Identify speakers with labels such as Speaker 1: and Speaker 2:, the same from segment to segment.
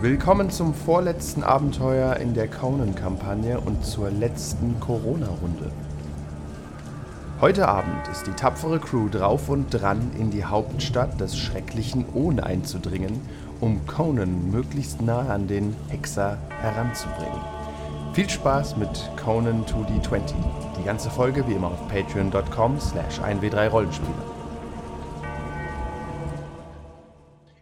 Speaker 1: Willkommen zum vorletzten Abenteuer in der Conan-Kampagne und zur letzten Corona-Runde. Heute Abend ist die tapfere Crew drauf und dran, in die Hauptstadt des schrecklichen Ohn einzudringen, um Conan möglichst nah an den Hexer heranzubringen. Viel Spaß mit Conan 2D20. Die ganze Folge wie immer auf patreon.com slash 1w3rollenspieler.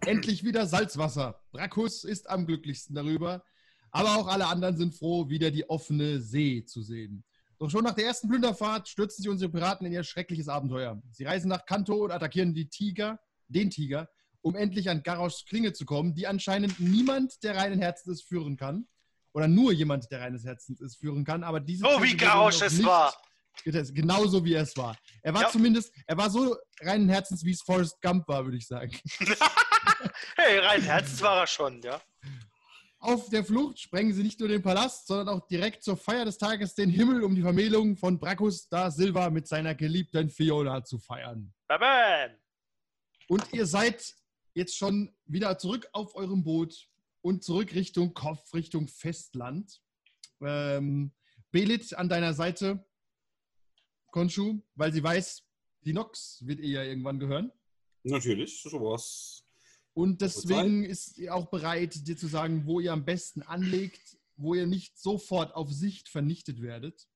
Speaker 2: Endlich wieder Salzwasser. Brakus ist am glücklichsten darüber. Aber auch alle anderen sind froh, wieder die offene See zu sehen. Doch schon nach der ersten Plünderfahrt stürzen sich unsere Piraten in ihr schreckliches Abenteuer. Sie reisen nach Kanto und attackieren die Tiger, den Tiger, um endlich an Garroshs Klinge zu kommen, die anscheinend niemand, der reinen Herzens ist, führen kann. Oder nur jemand, der reines Herzens ist, führen kann. Aber diese
Speaker 3: So
Speaker 2: Klinge wurde
Speaker 3: wie Garrosh
Speaker 2: noch
Speaker 3: es
Speaker 2: nicht
Speaker 3: war.
Speaker 2: getestet. Genauso wie er es war. Er war
Speaker 3: Ja.
Speaker 2: zumindest, er war so reinen Herzens, wie es Forrest Gump war, würde ich sagen.
Speaker 3: Hey, rein Herzens war er schon, ja.
Speaker 2: Auf der Flucht sprengen sie nicht nur den Palast, sondern auch direkt zur Feier des Tages den Himmel, um die Vermählung von Bracchus da Silva mit seiner geliebten Fiona zu feiern.
Speaker 3: Bam, bam.
Speaker 2: Und ihr seid jetzt schon wieder zurück auf eurem Boot und zurück Richtung Kopf, Richtung Festland. Ähm, Belit an deiner Seite, Konshu, weil sie weiß, die Nox wird ihr ja irgendwann gehören.
Speaker 4: Natürlich, sowas.
Speaker 2: Und deswegen ist ihr auch bereit, dir zu sagen, wo ihr am besten anlegt, wo ihr nicht sofort auf Sicht vernichtet werdet.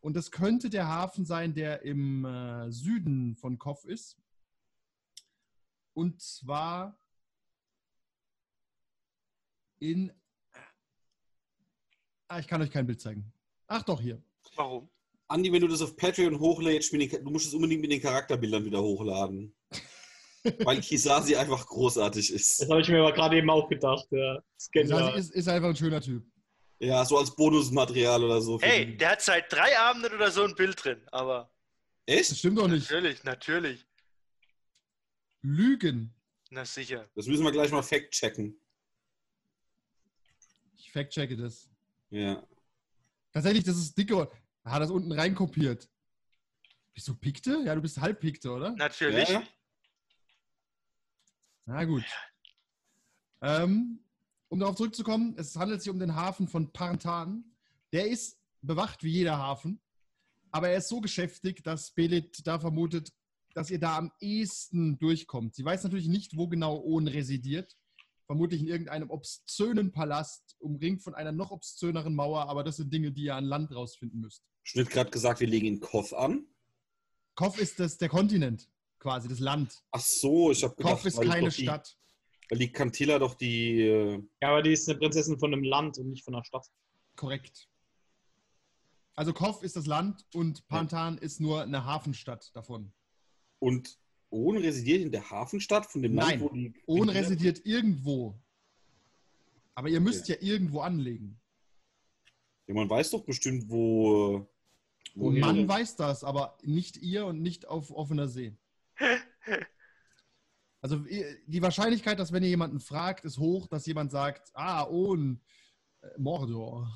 Speaker 2: Und das könnte der Hafen sein, der im äh, Süden von Koff ist. Und zwar in. äh, Ah, ich kann euch kein Bild zeigen. Ach doch, hier.
Speaker 3: Warum?
Speaker 4: Andi, wenn du das auf Patreon hochlädst, mit den, du musst es unbedingt mit den Charakterbildern wieder hochladen. Weil Kisasi einfach großartig ist.
Speaker 5: Das habe ich mir aber gerade eben auch gedacht. Ja. Das ist
Speaker 2: Also
Speaker 5: genial.
Speaker 2: ist, ist einfach ein schöner Typ.
Speaker 4: Ja, so als Bonusmaterial oder so. für
Speaker 3: Hey,
Speaker 4: die-
Speaker 3: der hat seit drei Abenden oder so ein Bild drin, aber
Speaker 2: Das
Speaker 4: Echt?
Speaker 2: stimmt doch nicht.
Speaker 3: natürlich, natürlich.
Speaker 2: Lügen.
Speaker 3: Na sicher.
Speaker 4: Das müssen wir gleich mal fact-checken.
Speaker 2: Ich fact-checke das.
Speaker 4: Ja.
Speaker 2: Tatsächlich, das ist dicke. Er hat das unten reinkopiert. Bist du Pikte? Ja, du bist halb Pikte, oder?
Speaker 3: Natürlich.
Speaker 4: Ja?
Speaker 2: Na gut. Ähm, um darauf zurückzukommen, es handelt sich um den Hafen von Partan. Der ist bewacht wie jeder Hafen, aber er ist so geschäftig, dass Belit da vermutet, dass ihr da am ehesten durchkommt. Sie weiß natürlich nicht, wo genau Owen residiert. Vermutlich in irgendeinem obszönen Palast, umringt von einer noch obszöneren Mauer, aber das sind Dinge, die ihr an Land rausfinden müsst.
Speaker 4: Schnitt gerade gesagt, wir legen ihn Koff an.
Speaker 2: Koff ist das, der Kontinent, quasi, das Land.
Speaker 4: Ach so, ich habe gedacht,
Speaker 2: Koff ist
Speaker 4: weil
Speaker 2: keine
Speaker 4: doch die,
Speaker 2: Stadt.
Speaker 4: Weil die Kantilla doch die. äh,
Speaker 5: Ja, aber die ist eine Prinzessin von einem Land und nicht von einer Stadt.
Speaker 2: Korrekt. Also Koff ist das Land und Pantan ist nur eine Hafenstadt davon.
Speaker 4: Und Ohn residiert in der Hafenstadt von dem
Speaker 2: Nein.
Speaker 4: Land, wo die.
Speaker 2: Ohn residiert irgendwo. Aber ihr müsst ja, irgendwo anlegen.
Speaker 4: Ja, man weiß doch bestimmt, wo. äh, wo
Speaker 2: Und
Speaker 4: er-
Speaker 2: man weiß das, aber nicht ihr und nicht auf offener See. Also ihr- die Wahrscheinlichkeit, dass wenn ihr jemanden fragt, ist hoch, dass jemand sagt, ah, Ohn, äh, Mordor.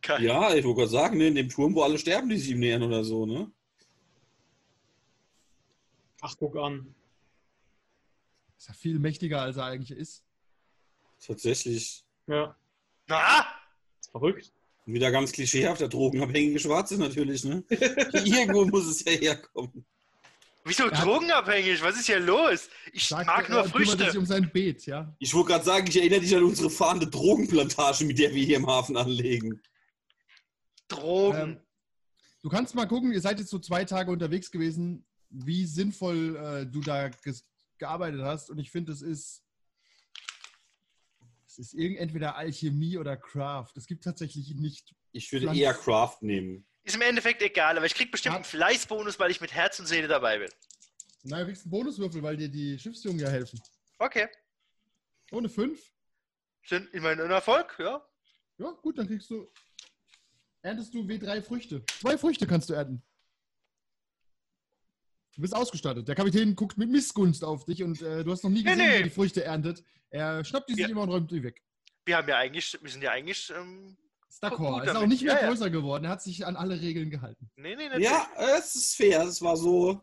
Speaker 3: Geil.
Speaker 4: Ja, ich wollte gerade sagen, ne, in dem Turm, wo alle sterben, die sich ihm nähern oder so, ne?
Speaker 5: Ach, guck an.
Speaker 2: Ist ja viel mächtiger, als er eigentlich ist.
Speaker 4: Tatsächlich.
Speaker 5: Ja,
Speaker 3: Na,
Speaker 5: ist verrückt.
Speaker 4: Wieder ganz klischeehaft, der drogenabhängige Schwarze natürlich, ne? Irgendwo muss es ja herkommen.
Speaker 3: wieso
Speaker 2: hat-
Speaker 3: drogenabhängig? Was ist hier los? Ich
Speaker 2: Sagt
Speaker 3: mag
Speaker 2: er,
Speaker 3: nur
Speaker 2: und kümmert sich
Speaker 3: Früchte.
Speaker 2: um sein Beet, ja.
Speaker 4: Ich wollte gerade sagen, ich erinnere dich an unsere fahrende Drogenplantage, mit der wir hier im Hafen anlegen.
Speaker 3: Drogen.
Speaker 2: Ähm, du kannst mal gucken, ihr seid jetzt so zwei Tage unterwegs gewesen, wie sinnvoll äh, du da ges- gearbeitet hast. Und ich finde, es ist. Es ist irgend entweder Alchemie oder Craft. Es gibt tatsächlich nicht.
Speaker 4: Ich würde
Speaker 2: Pflanz-
Speaker 4: eher Craft nehmen.
Speaker 3: Ist im Endeffekt egal, aber ich krieg bestimmt
Speaker 2: Ja.
Speaker 3: einen Fleißbonus, weil ich mit Herz und Seele dabei bin.
Speaker 2: Na, du kriegst einen Bonuswürfel, weil dir die Schiffsjungen ja helfen.
Speaker 3: Okay.
Speaker 2: Ohne fünf?
Speaker 3: Sind ich mein ein Erfolg, ja.
Speaker 2: Ja, gut, dann kriegst du. Erntest du W3 Früchte. Zwei Früchte kannst du ernten. Du bist ausgestattet. Der Kapitän guckt mit Missgunst auf dich und äh, du hast noch nie
Speaker 3: Nee,
Speaker 2: gesehen,
Speaker 3: nee.
Speaker 2: wie er die Früchte erntet. Er schnappt die sich
Speaker 3: Ja.
Speaker 2: immer und räumt die weg.
Speaker 3: Wir haben ja eigentlich, wir sind ja eigentlich, ähm, Guck
Speaker 2: Stakor
Speaker 3: gut
Speaker 2: ist auch
Speaker 3: damit.
Speaker 2: nicht mehr
Speaker 3: Ja, ja.
Speaker 2: größer geworden. Er hat sich an alle Regeln gehalten.
Speaker 3: nee, nee, natürlich.
Speaker 4: Ja, es ist fair. Es war so.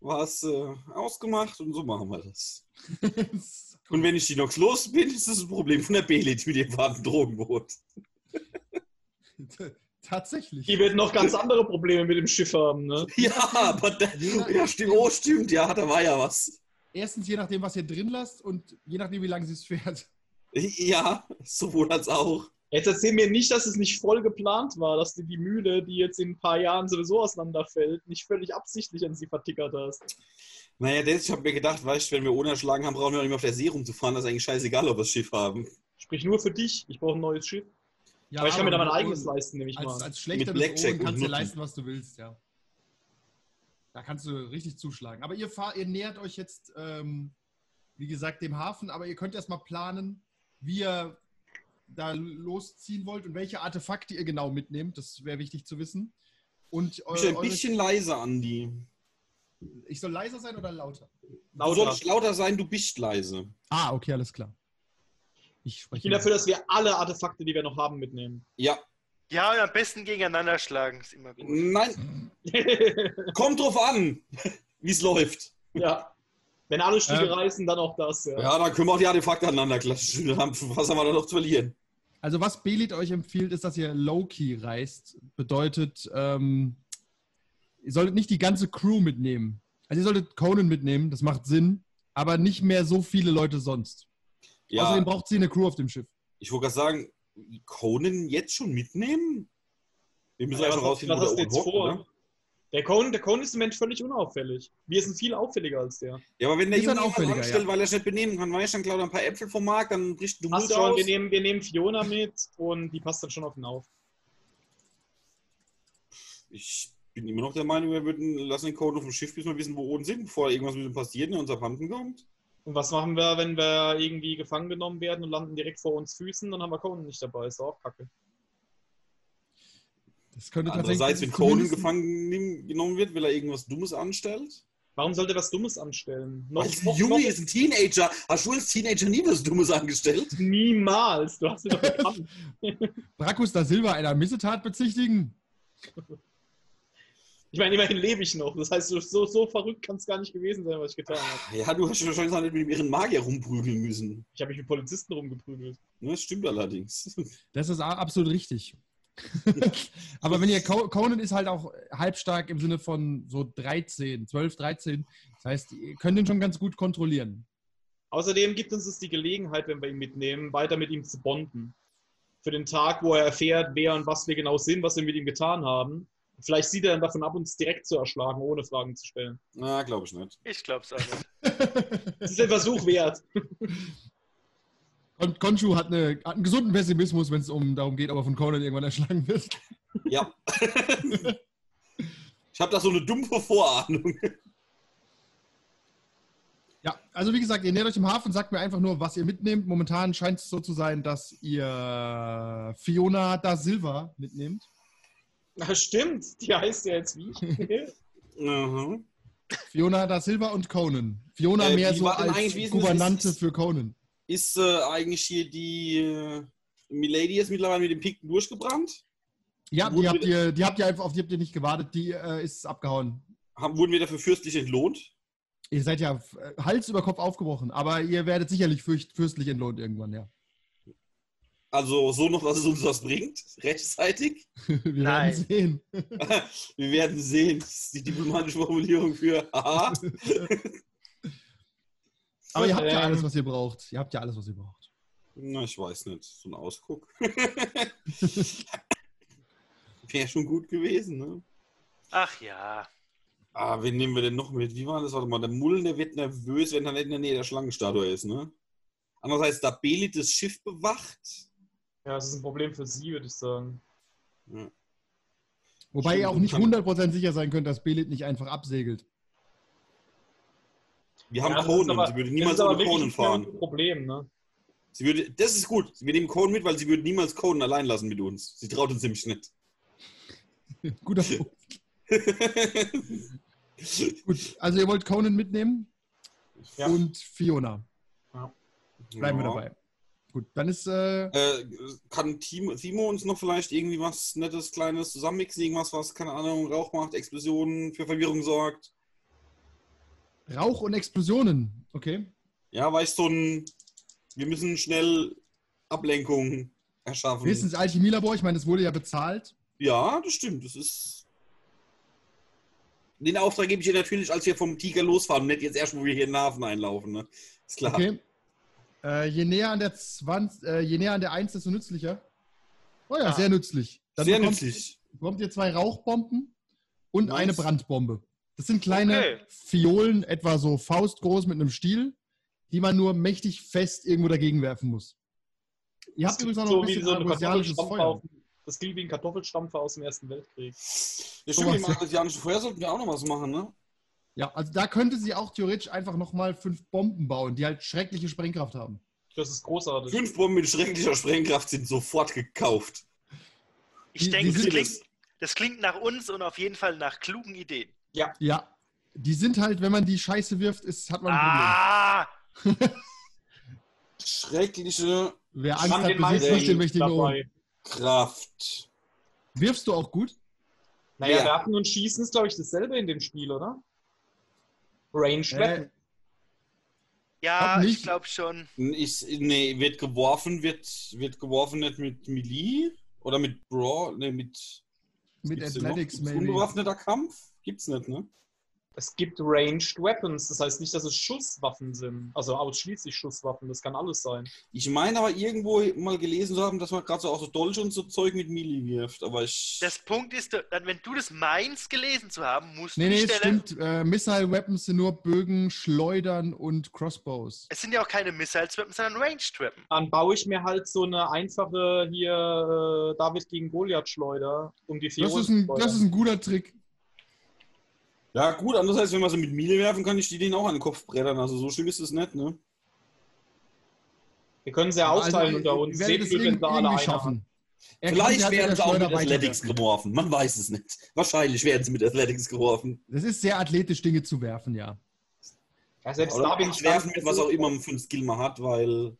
Speaker 4: War es äh, ausgemacht und so machen wir das.
Speaker 2: Das
Speaker 4: Und wenn ich die Nox los bin, ist das ein Problem von der Beli, die mit ihrem warmen Drogenboot.
Speaker 2: Tatsächlich.
Speaker 5: Die wird noch ganz andere Probleme mit dem Schiff haben, ne?
Speaker 4: Ja, aber da,
Speaker 2: Jeder-
Speaker 4: ja, stimmt, oh, stimmt, ja, da war ja was.
Speaker 2: Erstens, je nachdem, was ihr drin lasst und je nachdem, wie lange sie es fährt.
Speaker 4: Ja, sowohl als auch.
Speaker 5: Jetzt erzähl mir nicht, dass es nicht voll geplant war, dass du die Mühle, die jetzt in ein paar Jahren sowieso auseinanderfällt, nicht völlig absichtlich an sie vertickert hast.
Speaker 4: Naja, Dennis, ich habe mir gedacht, weißt du, wenn wir ohne erschlagen haben, brauchen wir auch nicht mehr auf der See rumzufahren. Das ist eigentlich scheißegal, ob wir das Schiff haben.
Speaker 5: Sprich nur für dich. Ich brauche ein neues Schiff.
Speaker 2: Ja,
Speaker 5: aber ich kann mir da mein
Speaker 2: mit
Speaker 5: eigenes
Speaker 2: Ohren-
Speaker 5: leisten, nehme ich
Speaker 2: Als,
Speaker 5: mal.
Speaker 2: als schlechter
Speaker 4: Mit Blackjack
Speaker 2: Ohren
Speaker 4: und
Speaker 2: kannst du dir
Speaker 4: Nutten.
Speaker 2: leisten, was du willst, ja. Da kannst du richtig zuschlagen. Aber ihr, fahr, ihr nähert euch jetzt, ähm, wie gesagt, dem Hafen, aber ihr könnt erstmal planen, wie ihr da losziehen wollt und welche Artefakte ihr genau mitnehmt. Das wäre wichtig zu wissen. Und eu
Speaker 4: Ich bin ein
Speaker 2: eure-
Speaker 4: bisschen leiser, Andi.
Speaker 2: ich soll leiser sein oder lauter?
Speaker 4: Du
Speaker 5: Lauter.
Speaker 4: sollst lauter sein, du bist leise.
Speaker 2: Ah, okay, alles klar. Ich
Speaker 5: Ich
Speaker 2: spreche.
Speaker 5: bin dafür, dass wir alle Artefakte, die wir noch haben, mitnehmen.
Speaker 4: Ja.
Speaker 3: Ja, und am besten gegeneinander schlagen. Ist immer
Speaker 2: Mhm.
Speaker 3: gut.
Speaker 4: Nein, kommt drauf an, wie es läuft.
Speaker 5: ja. Wenn alle Stücke
Speaker 2: Ähm.
Speaker 5: reißen, dann auch das. Ja.
Speaker 4: Ja, dann können wir auch die Artefakte aneinander klatschen. Dann haben- Was haben wir da noch zu verlieren?
Speaker 2: Also was Belit euch empfiehlt, ist, dass ihr low-key reist. Bedeutet, ähm, ihr solltet nicht die ganze Crew mitnehmen. Also ihr solltet Conan mitnehmen, das macht Sinn, aber nicht mehr so viele Leute sonst. Außerdem
Speaker 4: Ja,
Speaker 2: braucht sie eine Crew auf dem Schiff.
Speaker 4: ich wollte gerade sagen, Conan jetzt schon mitnehmen? Wir müssen
Speaker 5: Ja,
Speaker 4: einfach
Speaker 5: was,
Speaker 4: rausfinden,
Speaker 5: was
Speaker 4: wo der ne?
Speaker 5: hast du
Speaker 4: Owen
Speaker 5: jetzt
Speaker 4: hockt,
Speaker 5: vor?
Speaker 4: oder?
Speaker 5: Der Cone, der Cone ist im Moment völlig unauffällig. Wir sind viel auffälliger als der.
Speaker 4: Ja, aber wenn der
Speaker 2: Ist dann
Speaker 4: Junge jemand
Speaker 2: auffälliger,
Speaker 4: anstellt,
Speaker 2: ja.
Speaker 4: weil er es nicht benehmen kann, weißt du, dann klaut er ein paar Äpfel vom Markt, dann bricht du
Speaker 5: Passt schon, wir nehmen, wir nehmen Fiona mit und die passt dann schon auf ihn auf.
Speaker 4: Ich bin immer noch der Meinung, wir würden lassen den Code auf dem Schiff, bis wir wissen, wo oben sind, bevor irgendwas mit ihm passiert, der unser Panten kommt.
Speaker 5: Und was machen wir, wenn wir irgendwie gefangen genommen werden und landen direkt vor uns Füßen? Dann haben wir Conan nicht dabei. Ist doch auch kacke.
Speaker 2: Das könnte
Speaker 4: Andererseits,
Speaker 2: tatsächlich
Speaker 4: wenn Also Conan
Speaker 2: zumindest-
Speaker 4: gefangen nimm- genommen wird, weil er irgendwas Dummes anstellt.
Speaker 5: Warum sollte er was Dummes anstellen? Noch,
Speaker 4: Als Junge ist ein Teenager. Hast du als Teenager nie was Dummes angestellt?
Speaker 5: niemals. Du hast ihn doch gekannt.
Speaker 2: Brakus da Silva einer Missetat bezichtigen?
Speaker 5: Ich meine, immerhin lebe ich noch. Das heißt, so, so verrückt kann es gar nicht gewesen sein, was ich getan habe.
Speaker 4: Ja, du hast wahrscheinlich auch nicht mit dem ihren Magier rumprügeln müssen.
Speaker 5: Ich habe mich mit Polizisten rumgeprügelt.
Speaker 4: Ne, Das stimmt allerdings.
Speaker 2: Das ist a- absolut richtig. aber wenn ihr Co- Conan ist halt auch halbstark im Sinne von so 13, 12, 13. Das heißt, ihr könnt ihn schon ganz gut kontrollieren.
Speaker 5: Außerdem gibt uns es die Gelegenheit, wenn wir ihn mitnehmen, weiter mit ihm zu bonden. Für den Tag, wo er erfährt, wer und was wir genau sind, was wir mit ihm getan haben. Vielleicht sieht er dann davon ab, uns direkt zu erschlagen, ohne Fragen zu stellen.
Speaker 4: Na, glaube ich nicht.
Speaker 3: Ich glaub's auch nicht.
Speaker 5: Das ist ein Versuch wert.
Speaker 2: Und Konshu hat, eine, hat einen gesunden Pessimismus, wenn es um, darum geht, ob er von Conan irgendwann erschlagen wird.
Speaker 4: Ja. ich habe da so eine dumpfe Vorahnung.
Speaker 2: Ja, also wie gesagt, ihr nähert euch im Hafen, sagt mir einfach nur, was ihr mitnehmt. Momentan scheint es so zu sein, dass ihr Fiona da Silva mitnehmt.
Speaker 5: Na, stimmt, die heißt ja jetzt wie ich.
Speaker 4: Mhm.
Speaker 2: Fiona da Silva und Conan. Fiona
Speaker 4: Äh,
Speaker 2: mehr
Speaker 4: wie
Speaker 2: so
Speaker 4: war denn
Speaker 2: als
Speaker 4: eigentlich, wie ist denn das?
Speaker 2: Gouvernante
Speaker 4: Ist- ist-
Speaker 2: für Conan.
Speaker 4: Ist äh, eigentlich hier die äh, Milady jetzt mittlerweile mit dem Pikten durchgebrannt?
Speaker 2: Ja,
Speaker 4: Wurden
Speaker 2: die habt,
Speaker 4: wir-
Speaker 2: ihr, die habt ihr einfach, auf die habt ihr nicht gewartet, die äh, ist abgehauen.
Speaker 4: Haben, wurden wir dafür fürstlich entlohnt?
Speaker 2: Ihr seid ja äh, Hals über Kopf aufgebrochen, aber ihr werdet sicherlich fürcht, fürstlich entlohnt irgendwann, ja.
Speaker 4: Also so noch, dass es uns was bringt? Rechtzeitig?
Speaker 2: Wir
Speaker 3: Nein.
Speaker 2: werden sehen.
Speaker 4: Wir werden sehen. Das ist die diplomatische Formulierung für haha.
Speaker 2: Aber ihr habt ja
Speaker 5: Ähm.
Speaker 2: alles, was ihr braucht. Ihr habt ja alles, was ihr braucht.
Speaker 4: Na, ich weiß nicht. So ein Ausguck. Wäre schon gut gewesen, ne?
Speaker 3: Ach ja.
Speaker 4: Ah, wen nehmen wir denn noch mit? Wie war das? Warte mal, der Mullen, der wird nervös, wenn er nicht in der Nähe der Schlangenstatue ist, ne? Andererseits, da Belit das Schiff bewacht.
Speaker 5: Ja, das ist ein Problem für sie, würde ich sagen.
Speaker 2: Wobei ihr auch
Speaker 4: Stimmt,
Speaker 2: nicht 100%
Speaker 4: kann-
Speaker 2: sicher sein könnt, dass Belit nicht einfach absegelt.
Speaker 4: Wir haben
Speaker 5: ja, das ist
Speaker 4: Conan,
Speaker 5: aber-
Speaker 4: sie würde
Speaker 5: das
Speaker 4: niemals
Speaker 5: ist aber
Speaker 4: ohne
Speaker 5: wirklich
Speaker 4: Conan fahren.
Speaker 5: ein Problem, ne?
Speaker 4: Sie würde, das ist gut. Wir nehmen Conan mit, weil sie würde niemals Conan allein lassen mit uns. Sie traut uns nämlich nicht.
Speaker 2: Guter Punkt. Gut, also ihr wollt Conan mitnehmen
Speaker 5: Ja.
Speaker 2: und Fiona. Bleiben
Speaker 4: Ja.
Speaker 2: wir dabei. Gut, dann ist äh,
Speaker 4: Äh, kann Timo, Timo uns noch vielleicht irgendwie was Nettes, Kleines zusammenmixen? Irgendwas, was, keine Ahnung, Rauch macht, Explosionen, für Verwirrung sorgt?
Speaker 2: Rauch und Explosionen. Okay.
Speaker 4: Ja, weil ich so ein Wir müssen schnell Ablenkung erschaffen.
Speaker 2: Wenigstens Alchemielabor, ich meine, das wurde ja bezahlt.
Speaker 4: Ja, das stimmt. Das ist. Den Auftrag gebe ich ihr natürlich, als wir vom Tiger losfahren, nicht jetzt erst, wo wir hier in den Hafen einlaufen. Ne? Ist klar.
Speaker 2: Okay. Äh, je näher an der 20, äh, je näher an der 1, desto nützlicher. Oh ja,
Speaker 3: Ja.
Speaker 2: sehr nützlich. Dann
Speaker 4: Sehr
Speaker 2: bekommt,
Speaker 4: nützlich.
Speaker 2: bekommt ihr zwei Rauchbomben und
Speaker 4: Nice.
Speaker 2: eine Brandbombe. Das sind kleine
Speaker 3: Okay.
Speaker 2: Fiolen, etwa so faustgroß mit einem Stiel, die man nur mächtig fest irgendwo dagegen werfen muss. Ihr habt übrigens auch noch ein bisschen argosianisches Feuer.
Speaker 5: auf, das klingt wie ein Kartoffelstampfer aus dem Ersten Weltkrieg.
Speaker 4: Ja, stimmt,
Speaker 2: Thomas,
Speaker 4: im
Speaker 2: ja.
Speaker 4: asiatischen Feuer sollten wir auch noch was machen, ne?
Speaker 2: Ja, also da könnte sie auch theoretisch einfach nochmal fünf Bomben bauen, die halt schreckliche Sprengkraft haben.
Speaker 5: Das ist großartig.
Speaker 4: Fünf Bomben mit schrecklicher Sprengkraft sind sofort gekauft.
Speaker 2: Wie-
Speaker 3: Ich
Speaker 2: wie
Speaker 3: denke, das
Speaker 2: sind
Speaker 3: klingt, das klingt nach uns und auf jeden Fall nach klugen Ideen.
Speaker 2: Ja, die sind halt, wenn man die Scheiße wirft, ist, hat man ein Problem.
Speaker 3: Ah!
Speaker 4: Schreckliche
Speaker 2: Wer
Speaker 4: Schande
Speaker 2: Angst hat,
Speaker 4: in meinen
Speaker 2: besitzt nicht den
Speaker 4: Segen
Speaker 2: mächtigen Ohren.
Speaker 5: dabei.
Speaker 4: Kraft.
Speaker 2: Wirfst du auch gut?
Speaker 5: Naja,
Speaker 4: Ja.
Speaker 5: Werfen und Schießen ist, glaube ich, dasselbe in dem Spiel, oder? Ranged Weapon.
Speaker 2: Äh,
Speaker 3: Ja,
Speaker 2: Hab
Speaker 3: ich
Speaker 2: nicht-
Speaker 3: glaube schon.
Speaker 4: Ich, nee, wird geworfen, wird, wird geworfen nicht mit Melee oder mit Brawl, nee, mit,
Speaker 2: mit
Speaker 4: gibt's den noch?
Speaker 2: Athletics,
Speaker 4: Gibt's
Speaker 2: maybe.
Speaker 4: Unbewaffneter Kampf? Gibt's nicht, ne?
Speaker 5: Es gibt Ranged Weapons, das heißt nicht, dass es Schusswaffen sind. Also ausschließlich Schusswaffen, das kann alles sein.
Speaker 4: Ich meine aber irgendwo mal gelesen zu haben, dass man gerade so auch so Dolch und so Zeug mit Melee wirft, aber ich.
Speaker 3: Das Punkt ist, dann, wenn du das meinst, gelesen zu haben, musst
Speaker 2: Nee,
Speaker 3: du
Speaker 2: nee,
Speaker 3: die
Speaker 2: es
Speaker 3: Stelle-
Speaker 2: stimmt. Äh, Missile Weapons sind nur Bögen, Schleudern und Crossbows.
Speaker 3: Es sind ja auch keine Missile-Trappen, sondern Range-Trappen.
Speaker 5: Dann baue ich mir halt so eine einfache hier äh, David gegen Goliath Schleuder, um die
Speaker 2: Das
Speaker 5: Fiolen
Speaker 2: ist,
Speaker 5: zu
Speaker 2: ein,
Speaker 5: schleudern.
Speaker 2: das ist ein guter Trick.
Speaker 4: Ja, gut, andererseits, wenn wir sie mit Melee werfen, kann ich die denen auch an den Kopf brettern, also so schlimm ist es nicht, ne?
Speaker 5: Wir können sie ja aufteilen unter
Speaker 2: ihr-
Speaker 5: uns.
Speaker 2: Also, ihr werdet
Speaker 5: Seht
Speaker 2: es
Speaker 5: ihr, wenn
Speaker 2: irgend-
Speaker 5: da alle
Speaker 2: irgendwie
Speaker 5: einer hat.
Speaker 2: schaffen. Er
Speaker 4: Vielleicht
Speaker 2: kann- der hat ja
Speaker 4: werden sie
Speaker 2: der
Speaker 4: auch mit
Speaker 2: Schleuder
Speaker 4: Athletics
Speaker 2: weiter-
Speaker 4: geworfen, man weiß es nicht. Wahrscheinlich werden sie mit Athletics geworfen.
Speaker 2: Das ist sehr athletisch, Dinge zu werfen, ja.
Speaker 5: Ja, selbst
Speaker 4: Oder
Speaker 5: da bin ich
Speaker 4: werfen mit was auch immer man für einen Skill mal hat, weil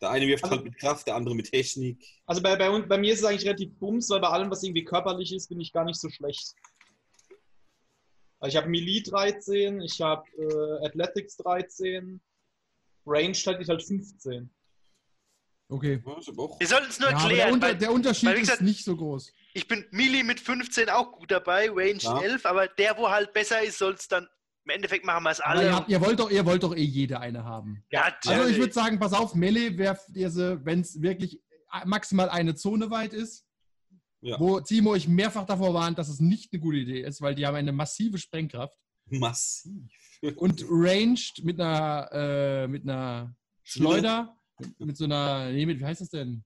Speaker 4: der eine wirft
Speaker 5: Also-
Speaker 4: halt mit Kraft, der andere mit Technik.
Speaker 5: Also bei, bei, uns- bei mir ist es eigentlich relativ bums, weil bei allem, was irgendwie körperlich ist, bin ich gar nicht so schlecht. Also ich habe Melee 13, ich habe äh, Athletics 13, Range hatte ich halt 15.
Speaker 2: Okay.
Speaker 4: Ja, ich hab auch.
Speaker 3: Wir sollten es nur
Speaker 2: Ja, aber der,
Speaker 3: klären.
Speaker 2: Unter,
Speaker 3: weil
Speaker 2: der Unterschied
Speaker 3: weil wie
Speaker 2: ist
Speaker 3: gesagt-
Speaker 2: nicht so groß.
Speaker 3: ich bin Melee mit 15 auch gut dabei, Range
Speaker 4: Ja.
Speaker 3: 11, aber der, wo halt besser ist, soll es dann. Im Endeffekt machen wir es
Speaker 2: Aber
Speaker 3: alle.
Speaker 2: ihr, habt, ihr, wollt doch, ihr wollt doch eh jede eine haben.
Speaker 3: ja,
Speaker 2: Also ich
Speaker 3: natürlich.
Speaker 2: würde sagen, pass auf, Melee werft ihr sie, wenn es wirklich maximal eine Zone weit ist,
Speaker 4: Ja.
Speaker 2: wo Timo ich mehrfach davor warnt, dass es nicht eine gute Idee ist, weil die haben eine massive Sprengkraft.
Speaker 4: Massiv.
Speaker 2: Und ranged mit einer, äh, mit einer Schleuder, mit, mit so einer, nee, mit, wie heißt das denn?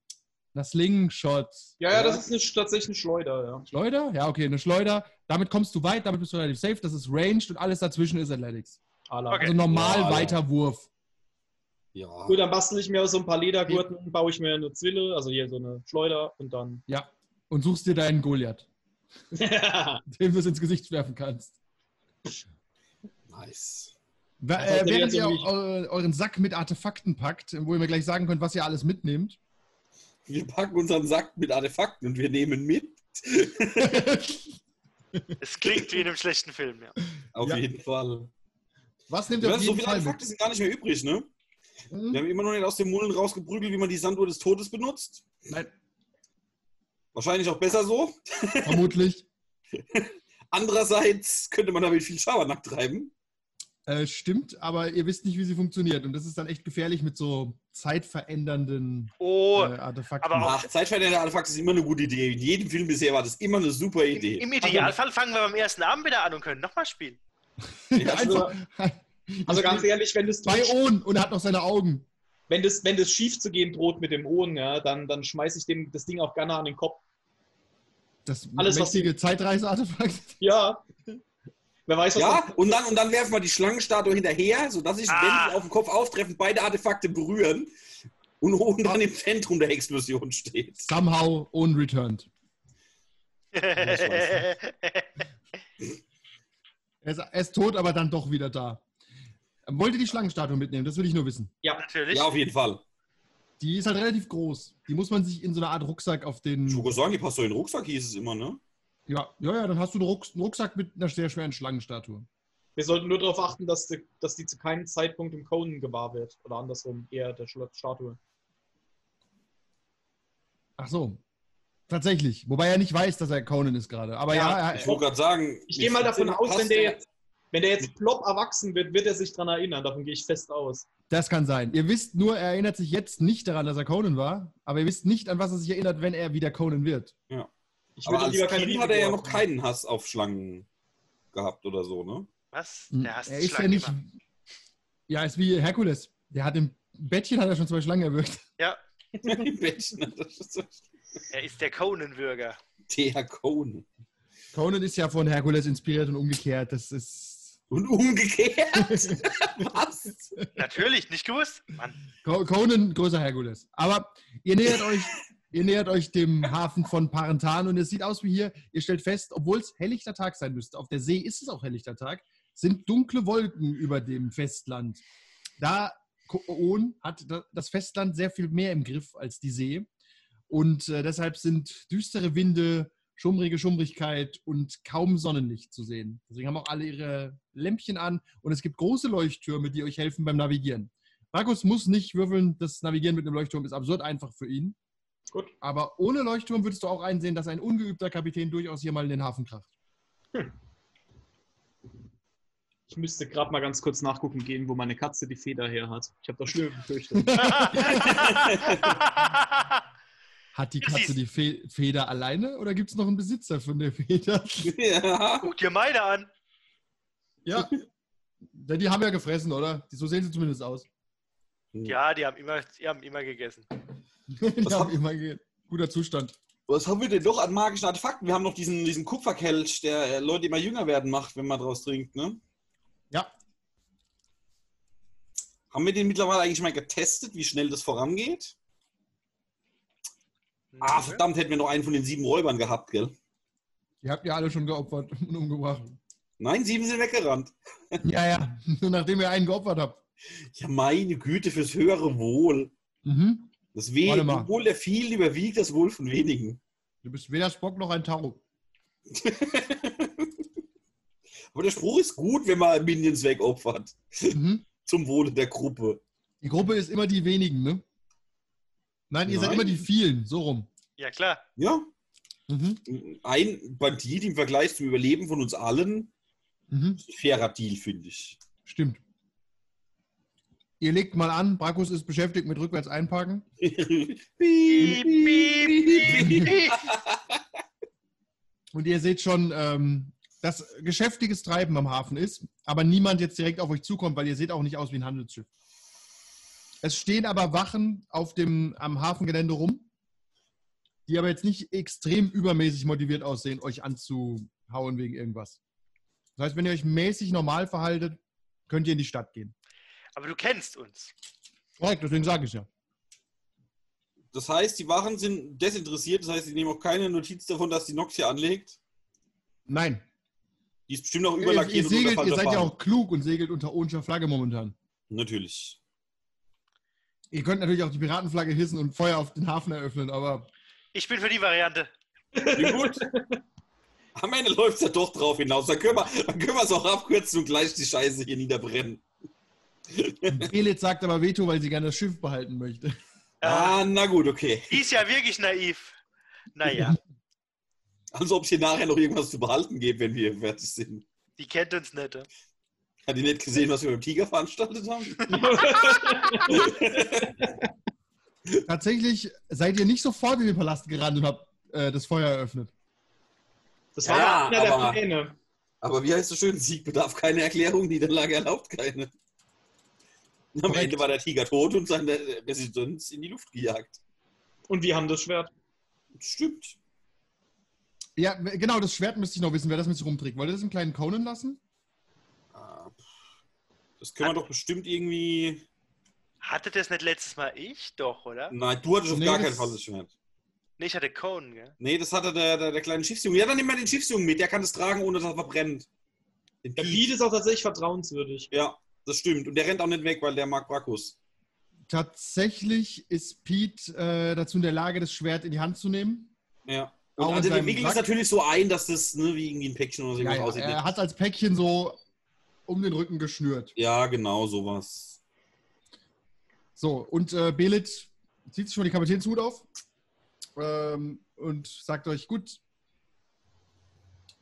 Speaker 2: Einer Slingshot.
Speaker 5: Ja, ja, das ist eine, tatsächlich eine Schleuder, ja.
Speaker 2: Schleuder? Ja, okay, eine Schleuder. Damit kommst du weit, damit bist du relativ safe. Das ist ranged und alles dazwischen ist Athletics.
Speaker 5: Ala.
Speaker 3: Okay.
Speaker 2: Also normal
Speaker 4: Ja, ja.
Speaker 2: weiter Wurf.
Speaker 4: Ja.
Speaker 5: Also Gut, dann bastel ich mir aus so ein paar Ledergurten, baue ich mir eine Zwille, also hier so eine Schleuder und dann.
Speaker 2: Ja. Und suchst dir deinen Goliath, dem du es ins Gesicht werfen kannst.
Speaker 4: Nice.
Speaker 2: Wa-
Speaker 5: Das heißt,
Speaker 2: äh,
Speaker 5: der
Speaker 2: während
Speaker 5: wäre
Speaker 2: ihr
Speaker 5: ziemlich-
Speaker 2: eu- euren Sack mit Artefakten packt, wo ihr mir gleich sagen könnt, was ihr alles mitnehmt.
Speaker 4: Wir packen unseren Sack mit Artefakten und wir nehmen mit.
Speaker 3: Es klingt wie in einem schlechten Film, ja.
Speaker 4: Auf
Speaker 2: Ja.
Speaker 4: jeden Fall.
Speaker 2: Was nehmt ihr
Speaker 4: Ja,
Speaker 2: auf
Speaker 4: so
Speaker 2: jeden
Speaker 4: viele
Speaker 2: Fall
Speaker 4: Artefakte
Speaker 2: mit?
Speaker 4: sind gar nicht mehr übrig, ne? Wir
Speaker 2: Mhm.
Speaker 4: haben immer noch nicht aus den Mullen rausgeprügelt, wie man die Sanduhr des Todes benutzt.
Speaker 2: Nein,
Speaker 4: Wahrscheinlich auch besser so.
Speaker 2: vermutlich.
Speaker 4: Andererseits könnte man damit viel Schabernack treiben.
Speaker 2: Äh, stimmt, aber ihr wisst nicht, wie sie funktioniert. Und das ist dann echt gefährlich mit so zeitverändernden äh,
Speaker 3: Oh,
Speaker 2: Artefakten.
Speaker 3: aber auch-
Speaker 4: Ach, Zeitverändernder Artefakt ist immer eine gute Idee. In jedem Film bisher war das immer eine super Idee.
Speaker 3: im
Speaker 2: Also-
Speaker 3: Idealfall fangen wir beim ersten Abend wieder an und können nochmal spielen.
Speaker 4: Ja,
Speaker 2: also,
Speaker 5: Also ganz ehrlich, wenn das,
Speaker 2: Bei
Speaker 5: droht,
Speaker 2: Ohren und er hat noch seine Augen.
Speaker 5: wenn das, wenn das schief zu gehen droht mit dem Ohren, ja, dann, dann schmeiße ich dem das Ding auch gerne an den Kopf.
Speaker 2: Das
Speaker 5: Alles, was
Speaker 2: mächtige Zeitreise-Artefakt.
Speaker 5: Ja. Wer weiß, was
Speaker 4: ja, und dann, und dann werfen wir die Schlangenstatue hinterher, sodass sich, wenn
Speaker 3: Ah.
Speaker 4: sie auf dem Kopf auftreffen, beide Artefakte berühren und oben dann
Speaker 5: Ah.
Speaker 4: im Zentrum der Explosion steht.
Speaker 2: Somehow unreturned. Er ist, er ist tot, aber dann doch wieder da. Ähm, Wollt ihr die Schlangenstatue mitnehmen? Das will ich nur wissen.
Speaker 3: Natürlich.
Speaker 4: Ja, auf jeden Fall.
Speaker 2: Die ist halt relativ groß. Die muss man sich in so einer Art Rucksack auf den.
Speaker 4: Ich würde sagen, die passt doch in den Rucksack, hieß es immer, ne?
Speaker 2: Ja, ja, ja, dann hast du einen Rucks- einen Rucksack mit einer sehr schweren Schlangenstatue.
Speaker 5: Wir sollten nur darauf achten, dass die, dass die zu keinem Zeitpunkt im Conan gewahr wird. Oder andersrum, eher der Schla- Statue.
Speaker 2: Ach so. Tatsächlich. Wobei er nicht weiß, dass er Conan ist gerade. Aber ja,
Speaker 5: Ja,
Speaker 2: er,
Speaker 4: Ich wollte gerade sagen.
Speaker 5: Ich gehe mal davon aus,
Speaker 4: passt
Speaker 5: wenn der jetzt, wenn der jetzt plopp erwachsen wird, wird er sich dran erinnern. Davon gehe ich fest aus.
Speaker 2: das kann sein. Ihr wisst nur, er erinnert sich jetzt nicht daran, dass er Conan war. Aber ihr wisst nicht, an was er sich erinnert, wenn er wieder Conan wird.
Speaker 5: Ich
Speaker 4: Aber
Speaker 5: würde
Speaker 4: als
Speaker 5: lieber keine
Speaker 4: Kind hat er ja
Speaker 5: Risiko
Speaker 4: noch
Speaker 5: eingehen.
Speaker 4: keinen Hass auf Schlangen gehabt oder so, ne?
Speaker 3: Was? Der hasst
Speaker 2: Hm. Er ist ja
Speaker 3: Schlangen
Speaker 2: nicht.
Speaker 3: immer.
Speaker 2: Ja, ist wie Herkules. Der hat im Bettchen hat er schon zwei Schlangen erwürgt.
Speaker 4: Im Bettchen. Das ist so-
Speaker 3: Er ist der Conan-Bürger.
Speaker 4: Der Conan.
Speaker 2: Conan ist ja von Herkules inspiriert und umgekehrt. Das ist.
Speaker 4: Und umgekehrt. Was?
Speaker 3: Natürlich, nicht gewusst. Mann,
Speaker 2: Co- Conan, größer Herkules. Aber ihr nähert euch, ihr nähert euch dem Hafen von Parentan und es sieht aus wie hier, ihr stellt fest, obwohl es helllichter Tag sein müsste, auf der See ist es auch helllichter Tag, sind dunkle Wolken über dem Festland. Da Koon hat da- das Festland sehr viel mehr im Griff als die See. Und äh, deshalb sind düstere Winde, schummrige Schummrigkeit und kaum Sonnenlicht zu sehen. Deswegen haben auch alle ihre Lämpchen an und es gibt große Leuchttürme, die euch helfen beim Navigieren. Markus muss nicht würfeln. Das Navigieren mit einem Leuchtturm ist absurd einfach für ihn.
Speaker 5: Gut.
Speaker 2: Aber ohne Leuchtturm würdest du auch einsehen, dass ein ungeübter Kapitän durchaus hier mal in den Hafen kracht.
Speaker 5: Ich müsste gerade mal ganz kurz nachgucken gehen, wo meine Katze die Feder her hat. Ich habe doch Schnür befürchtet.
Speaker 2: Hat die
Speaker 3: Ja,
Speaker 2: Katze
Speaker 3: siehst-
Speaker 2: die Fe Feder alleine oder gibt es noch einen Besitzer von der Feder?
Speaker 4: Ja.
Speaker 3: Guck dir meine an.
Speaker 2: ja. Denn die haben ja gefressen, oder? Die- So sehen sie zumindest aus.
Speaker 3: Ja, die haben immer, die haben immer gegessen.
Speaker 2: die
Speaker 4: Was
Speaker 2: haben
Speaker 4: hab-
Speaker 2: immer ge- guter Zustand.
Speaker 4: Was haben wir denn noch an magischen Artefakten? Wir haben noch diesen, diesen Kupferkelch, der äh, Leute immer jünger werden macht, wenn man draus trinkt, ne?
Speaker 2: Ja.
Speaker 4: Haben wir den mittlerweile eigentlich mal getestet, wie schnell das vorangeht?
Speaker 3: Hm.
Speaker 4: Ah,
Speaker 2: Mhm.
Speaker 4: verdammt, hätten wir noch einen von den sieben Räubern gehabt, gell?
Speaker 2: Ihr habt ja alle schon geopfert und umgebracht.
Speaker 4: Nein, sieben sind weggerannt.
Speaker 2: ja, ja. Nachdem ihr einen geopfert habt.
Speaker 4: Ja, meine Güte, fürs höhere Wohl.
Speaker 2: Mhm.
Speaker 4: Das We-
Speaker 2: Warte mal.
Speaker 4: Wohl der vielen überwiegt das Wohl von wenigen.
Speaker 2: Du bist weder Spock noch ein Tarot.
Speaker 4: Aber der Spruch ist gut, wenn man Minions wegopfert.
Speaker 2: Mhm.
Speaker 4: Zum Wohle der Gruppe.
Speaker 2: Die Gruppe ist immer die wenigen, ne? Nein, ihr seid
Speaker 4: Nein.
Speaker 2: immer die vielen, so rum.
Speaker 3: Ja, klar.
Speaker 4: Ja,
Speaker 2: Mhm.
Speaker 4: ein Bandit im Vergleich zum Überleben von uns allen
Speaker 2: Mhm.
Speaker 4: ein fairer Deal, finde ich.
Speaker 2: Stimmt. Ihr legt mal an, Brakus ist beschäftigt mit rückwärts einparken.
Speaker 3: Piep, piep, piep, piep.
Speaker 2: Und ihr seht schon, ähm, dass geschäftiges Treiben am Hafen ist, aber niemand jetzt direkt auf euch zukommt, weil ihr seht auch nicht aus wie ein Handelsschiff. Es stehen aber Wachen auf dem, am Hafengelände rum, die aber jetzt nicht extrem übermäßig motiviert aussehen, euch anzuhauen wegen irgendwas. Das heißt, wenn ihr euch mäßig normal verhaltet, könnt ihr in die Stadt gehen.
Speaker 3: Aber du kennst uns.
Speaker 2: Korrekt, deswegen sage ich ja.
Speaker 4: Das heißt, die Wachen sind desinteressiert, das heißt, sie nehmen auch keine Notiz davon, dass die Nox hier anlegt.
Speaker 2: Nein,
Speaker 4: Die ist bestimmt auch
Speaker 2: ihr, ihr,
Speaker 4: überlackiert
Speaker 2: segelt, ihr seid ja
Speaker 4: unterfahren.
Speaker 2: auch klug und segelt unter ohnscher Flagge momentan.
Speaker 4: Natürlich.
Speaker 2: Ihr könnt natürlich auch die Piratenflagge hissen und Feuer auf den Hafen eröffnen, aber
Speaker 3: Ich bin für die Variante.
Speaker 4: Ja, gut. Am Ende läuft es ja doch drauf hinaus. Dann können, wir, dann können wir es auch abkürzen und gleich die Scheiße hier niederbrennen.
Speaker 2: Elitz sagt aber Veto, weil sie gerne das Schiff behalten möchte.
Speaker 3: Äh,
Speaker 4: Ah, na gut, okay.
Speaker 3: die ist ja wirklich naiv. Naja,
Speaker 4: Als Also, ob es hier nachher noch irgendwas zu behalten gibt, wenn wir fertig sind.
Speaker 3: die kennt uns nicht. äh.
Speaker 4: Hat ihr nicht gesehen, was wir beim Tiger veranstaltet haben?
Speaker 2: Tatsächlich seid ihr nicht sofort in den Palast gerannt und habt äh, das Feuer eröffnet.
Speaker 5: Das
Speaker 4: Ja,
Speaker 5: war ja, einer der
Speaker 4: aber-
Speaker 5: Pläne.
Speaker 4: Aber wie heißt es schön? Sieg bedarf keine Erklärung, Niederlage erlaubt keine. Und Am
Speaker 2: Korrekt.
Speaker 4: Ende war der Tiger tot und seine Residenz in die Luft gejagt.
Speaker 5: Und wir haben das Schwert.
Speaker 4: Stimmt.
Speaker 2: Ja, genau, das Schwert müsste ich noch wissen, wer das mit sich rumträgt. Wollt ihr das im kleinen Conan lassen?
Speaker 4: Ah, pff. Das können wir doch bestimmt irgendwie.
Speaker 3: Hatte das nicht letztes Mal ich? Doch, oder?
Speaker 4: Nein, du hattest auf
Speaker 2: Nee,
Speaker 4: gar
Speaker 2: das-
Speaker 4: keinen Fall das Schwert.
Speaker 3: Nee, ich hatte Conan, gell?
Speaker 4: Nee, das hatte der, der, der kleine Schiffsjunge. Ja, dann nimm mal den Schiffsjungen mit. Der kann es tragen, ohne dass er verbrennt. Den
Speaker 5: Der
Speaker 4: Piet.
Speaker 5: Beat ist auch tatsächlich vertrauenswürdig.
Speaker 4: Ja, das stimmt. Und der rennt auch nicht weg, weil der mag Brakus.
Speaker 2: Tatsächlich ist Pete äh, dazu in der Lage, das Schwert in die Hand zu nehmen.
Speaker 4: Ja.
Speaker 2: Auch
Speaker 4: Und
Speaker 2: in
Speaker 4: also der
Speaker 2: seinem
Speaker 4: wickelt
Speaker 2: Sack.
Speaker 4: es natürlich so ein, dass das ne, wie irgendwie ein Päckchen oder so
Speaker 2: Ja,
Speaker 4: irgendwas
Speaker 2: ja,
Speaker 4: aussieht.
Speaker 2: er hat als Päckchen so um den Rücken geschnürt.
Speaker 4: Ja, genau, sowas.
Speaker 2: So, und äh, Belit zieht sich schon die Kapitänshut auf ähm, und sagt euch, gut,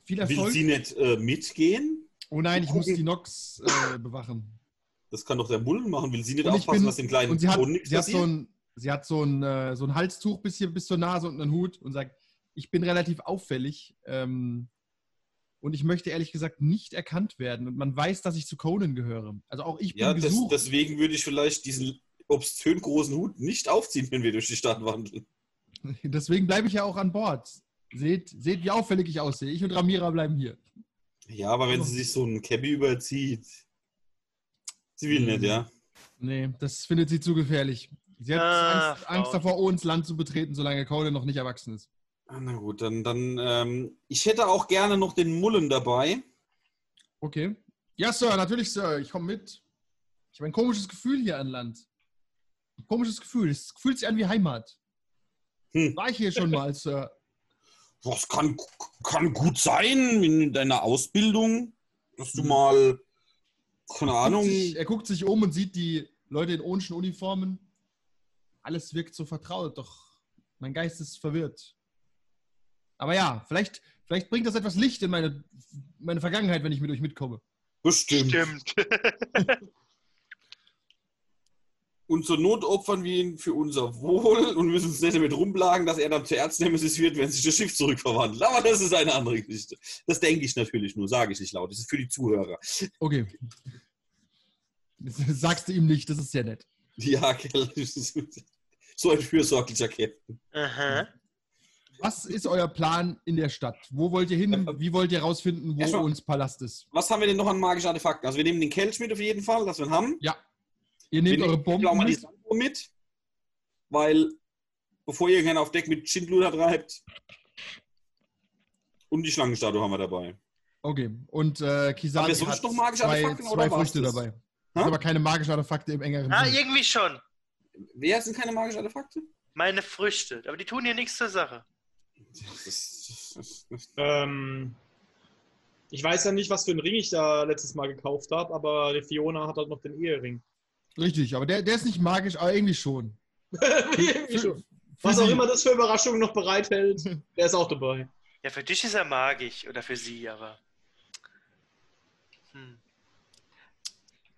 Speaker 2: viel
Speaker 4: Will
Speaker 2: Erfolg.
Speaker 4: sie nicht äh, mitgehen?
Speaker 2: Oh nein, ich muss die Nox äh, bewachen.
Speaker 4: Das kann doch der Mullen machen. Will sie nicht
Speaker 2: Und ich
Speaker 4: aufpassen,
Speaker 2: bin-
Speaker 4: dass den kleinen
Speaker 2: Und sie hat,
Speaker 4: Ton nichts
Speaker 2: sie hat, so,
Speaker 4: passiert?
Speaker 2: ein, sie hat so, ein, äh, so ein Halstuch bis hier bis zur Nase und einen Hut und sagt, ich bin relativ auffällig ähm, und ich möchte ehrlich gesagt nicht erkannt werden. Und man weiß, dass ich zu Conan gehöre. Also auch ich bin
Speaker 4: ja, das,
Speaker 2: gesucht.
Speaker 4: deswegen würde ich vielleicht diesen obszön großen Hut nicht aufziehen, wenn wir durch die Stadt wandeln.
Speaker 2: Deswegen bleibe ich ja auch an Bord. Seht, seht, wie auffällig ich aussehe. Ich und Ramira bleiben hier.
Speaker 4: Ja, aber wenn
Speaker 2: Oh.
Speaker 4: sie sich so einen Cabby überzieht. Sie will
Speaker 2: Mhm.
Speaker 4: nicht, ja.
Speaker 2: Nee, das findet sie zu gefährlich. Sie hat
Speaker 3: Ah,
Speaker 2: Angst, Angst
Speaker 3: Frau.
Speaker 2: davor, uns Land zu betreten, solange Conan noch nicht erwachsen ist.
Speaker 4: Ah, Na gut, dann, dann ähm, ich hätte auch gerne noch den Mullen dabei.
Speaker 2: Okay. Ja, Sir, natürlich, Sir. Ich komme mit. Ich habe ein komisches Gefühl hier an Land. Ein komisches Gefühl. Es fühlt sich an wie Heimat.
Speaker 4: Hm.
Speaker 2: War ich hier schon mal, Sir?
Speaker 4: Was kann, kann gut sein in deiner Ausbildung, dass du mal, keine Ahnung,
Speaker 2: Mhm. Guckt Sich, er guckt sich um und sieht die Leute in ohnschen Uniformen. Alles wirkt so vertraut, doch mein Geist ist verwirrt. Aber ja, vielleicht, vielleicht bringt das etwas Licht in meine, meine Vergangenheit, wenn ich mit euch mitkomme.
Speaker 4: bestimmt.
Speaker 3: Stimmt.
Speaker 4: Und zur Not opfern wir ihn für unser Wohl und müssen uns nicht damit rumplagen, dass er dann zur Erznemesis wird, wenn sich das Schiff zurückverwandelt. Aber das ist eine andere Geschichte. Das denke ich natürlich nur, sage ich nicht laut. Das ist für die Zuhörer.
Speaker 2: Okay. Das sagst du ihm nicht, das ist ja nett.
Speaker 4: Ja, gell. so ein fürsorglicher Kerl.
Speaker 3: Aha.
Speaker 2: Was ist euer Plan in der Stadt? Wo wollt ihr hin? Wie wollt ihr rausfinden, wo
Speaker 4: Erstmal-
Speaker 2: uns Palast ist?
Speaker 4: Was haben wir denn noch an magischen Artefakten? Also wir nehmen den Kelch mit auf jeden Fall, dass wir ihn haben.
Speaker 2: Ihr
Speaker 4: Wir
Speaker 2: nehmt eure
Speaker 4: nehmen auch
Speaker 2: Bomben
Speaker 4: mal die
Speaker 2: mit.
Speaker 4: Sanduhr mit, weil bevor irgendeiner auf Deck mit Schindluder treibt. Und die Schlangenstatue haben wir dabei.
Speaker 2: Okay. Und äh,
Speaker 4: Haben
Speaker 2: Kisari
Speaker 4: wir sonst
Speaker 2: hat
Speaker 4: noch magische
Speaker 2: zwei,
Speaker 4: Artefakte oder
Speaker 2: zwei
Speaker 4: war's
Speaker 2: Früchte
Speaker 4: das?
Speaker 2: dabei. Das sind aber keine magischen Artefakte im engeren
Speaker 3: Ah,
Speaker 2: Sinne.
Speaker 3: irgendwie schon.
Speaker 4: Wer sind keine magischen Artefakte?
Speaker 3: Meine Früchte. Aber die tun hier nichts zur Sache.
Speaker 4: Das ist-
Speaker 5: Ähm, ich weiß ja nicht, was für einen Ring ich da letztes Mal gekauft habe, aber die Fiona hat halt noch den Ehering.
Speaker 2: Richtig, aber der, der ist nicht magisch, aber irgendwie schon. Für- für
Speaker 5: was auch
Speaker 2: sie-
Speaker 5: immer das für Überraschungen noch bereithält, der ist auch dabei.
Speaker 3: Ja, für dich ist er magisch. Oder für sie, aber. Hm.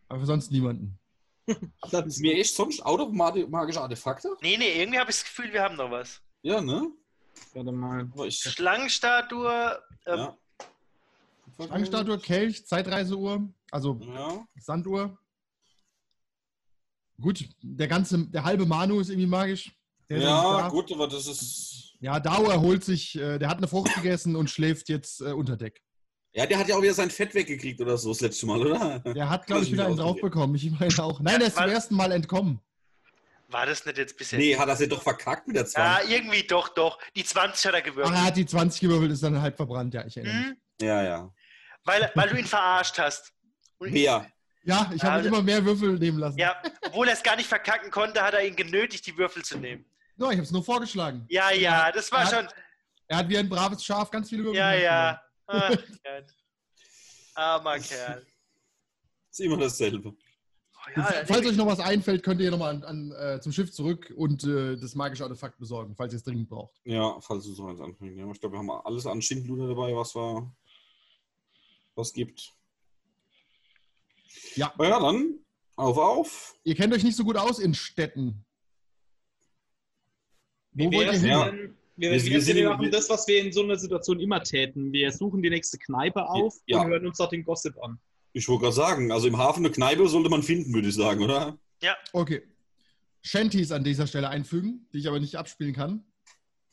Speaker 2: Aber für sonst niemanden.
Speaker 5: Das
Speaker 4: Ist mir echt sonst out of magi- magische Artefakte?
Speaker 3: Nee, nee, irgendwie habe ich das Gefühl, wir haben noch was.
Speaker 4: Ja, ne?
Speaker 5: Warte mal.
Speaker 4: Aber ich,
Speaker 3: Schlangenstatue. Ähm,
Speaker 4: ja.
Speaker 2: Schlangenstatue, Kelch, Zeitreiseuhr, also
Speaker 4: Ja.
Speaker 2: Sanduhr. Gut, der ganze, der halbe Manu ist irgendwie magisch. Der ist eigentlich
Speaker 4: ja,
Speaker 2: da.
Speaker 4: gut, aber das ist.
Speaker 2: Ja, Dao erholt sich, äh, der hat eine Frucht gegessen und schläft jetzt äh, unter Deck.
Speaker 4: Ja, der hat ja auch wieder sein Fett weggekriegt oder so das letzte Mal, oder?
Speaker 2: Der hat, glaube ich, wieder einen draufbekommen. Ich meine auch. Nein, der ist zum
Speaker 3: weil-
Speaker 2: ersten Mal entkommen.
Speaker 3: War das nicht jetzt bisher?
Speaker 4: Nee, hat er sie doch verkackt mit der 20.
Speaker 3: Ja, irgendwie doch, doch. Die 20 hat er
Speaker 2: Ach,
Speaker 3: gewürgt.
Speaker 2: er hat die 20 gewürfelt, ist dann halb verbrannt. Ja, ich erinnere mich.
Speaker 3: Hm?
Speaker 4: Ja, ja.
Speaker 3: Weil, weil du ihn verarscht hast. Und-
Speaker 4: Wer?
Speaker 2: Ja, ich habe
Speaker 3: Also-
Speaker 2: immer mehr Würfel nehmen lassen.
Speaker 3: Ja, obwohl er es gar nicht verkacken konnte, hat er ihn genötigt, die Würfel zu nehmen.
Speaker 2: So, ich habe es nur vorgeschlagen.
Speaker 3: Ja, ja, das war
Speaker 2: Er
Speaker 3: schon.
Speaker 2: hat- Er hat wie ein braves Schaf ganz viele Würfel genau.
Speaker 3: Ja,
Speaker 2: genommen.
Speaker 3: ja. Ach, Gott. Armer Kerl.
Speaker 4: Ist immer dasselbe.
Speaker 3: Oh,
Speaker 2: Jetzt,
Speaker 3: ja,
Speaker 2: falls
Speaker 3: nee,
Speaker 2: euch noch was einfällt, könnt ihr nochmal an, an, äh, zum Schiff zurück und äh, das magische Artefakt besorgen, falls ihr es dringend braucht.
Speaker 4: Ja, falls du so eins anfängst. Ja, ich glaube, wir haben alles an Schindluder dabei, was wir. was gibt.
Speaker 2: Ja.
Speaker 4: Aber ja, dann. Auf, auf.
Speaker 2: Ihr kennt euch nicht so gut aus in Städten. Wo
Speaker 5: Wie
Speaker 2: wollt ihr
Speaker 5: wär's
Speaker 2: hin?
Speaker 4: Ja.
Speaker 5: denn? Wir,
Speaker 4: Wir-
Speaker 5: wir,
Speaker 4: wir sind-
Speaker 5: wir machen
Speaker 4: wir-
Speaker 5: das, was wir in so einer Situation immer täten. Wir suchen die nächste Kneipe auf
Speaker 4: Ja.
Speaker 5: und hören uns auch den Gossip an.
Speaker 4: Ich wollte gerade sagen, also im Hafen eine Kneipe sollte man finden, würde ich sagen, oder?
Speaker 2: Okay. Shanties an dieser Stelle einfügen, die ich aber nicht abspielen kann.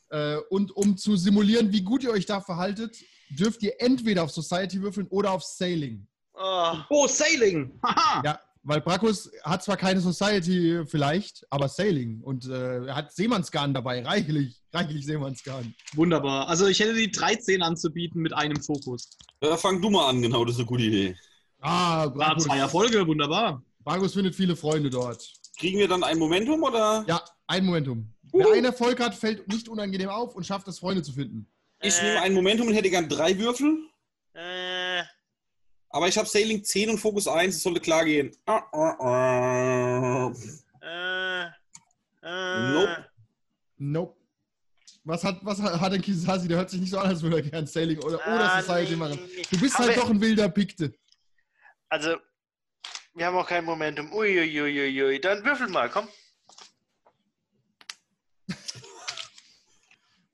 Speaker 2: Äh, und um zu simulieren, wie gut ihr euch da verhaltet, dürft ihr entweder auf Society würfeln oder auf Sailing.
Speaker 3: oh,
Speaker 5: Oh, Sailing! Haha!
Speaker 2: Ja, weil Brakus hat zwar keine Society vielleicht, aber Sailing. Und äh, er hat Seemannsgarn dabei, reichlich, reichlich Seemannsgarn.
Speaker 5: Wunderbar. Also ich hätte die 13 anzubieten mit einem Fokus.
Speaker 4: Ja, fang du mal an, genau, das ist eine gute Idee.
Speaker 2: Ah,
Speaker 5: War
Speaker 2: Brakus,
Speaker 5: zwei Erfolge, wunderbar.
Speaker 2: Brakus findet viele Freunde dort.
Speaker 4: Kriegen wir dann ein Momentum oder?
Speaker 2: Ja, ein Momentum. Wer einen Erfolg hat, fällt nicht unangenehm auf und schafft es, Freunde zu finden.
Speaker 4: Ich
Speaker 3: Äh.
Speaker 4: nehme ein Momentum und hätte gern drei Würfel.
Speaker 3: Oh, äh,
Speaker 4: Aber ich habe Sailing 10 und Fokus 1, es sollte klar gehen. Ah, ah, ah.
Speaker 3: Äh, äh,
Speaker 4: Nope.
Speaker 2: Nope. Was hat, was hat hat denn Kisasi? Der hört sich nicht so an, als würde er gern Sailing oder, oder
Speaker 3: ah,
Speaker 2: Society
Speaker 3: nee.
Speaker 2: machen. Du bist
Speaker 3: Aber-
Speaker 2: halt doch ein wilder Pikte.
Speaker 3: Also, wir haben auch kein Momentum. Uiuiuiui. Dann würfel mal, komm.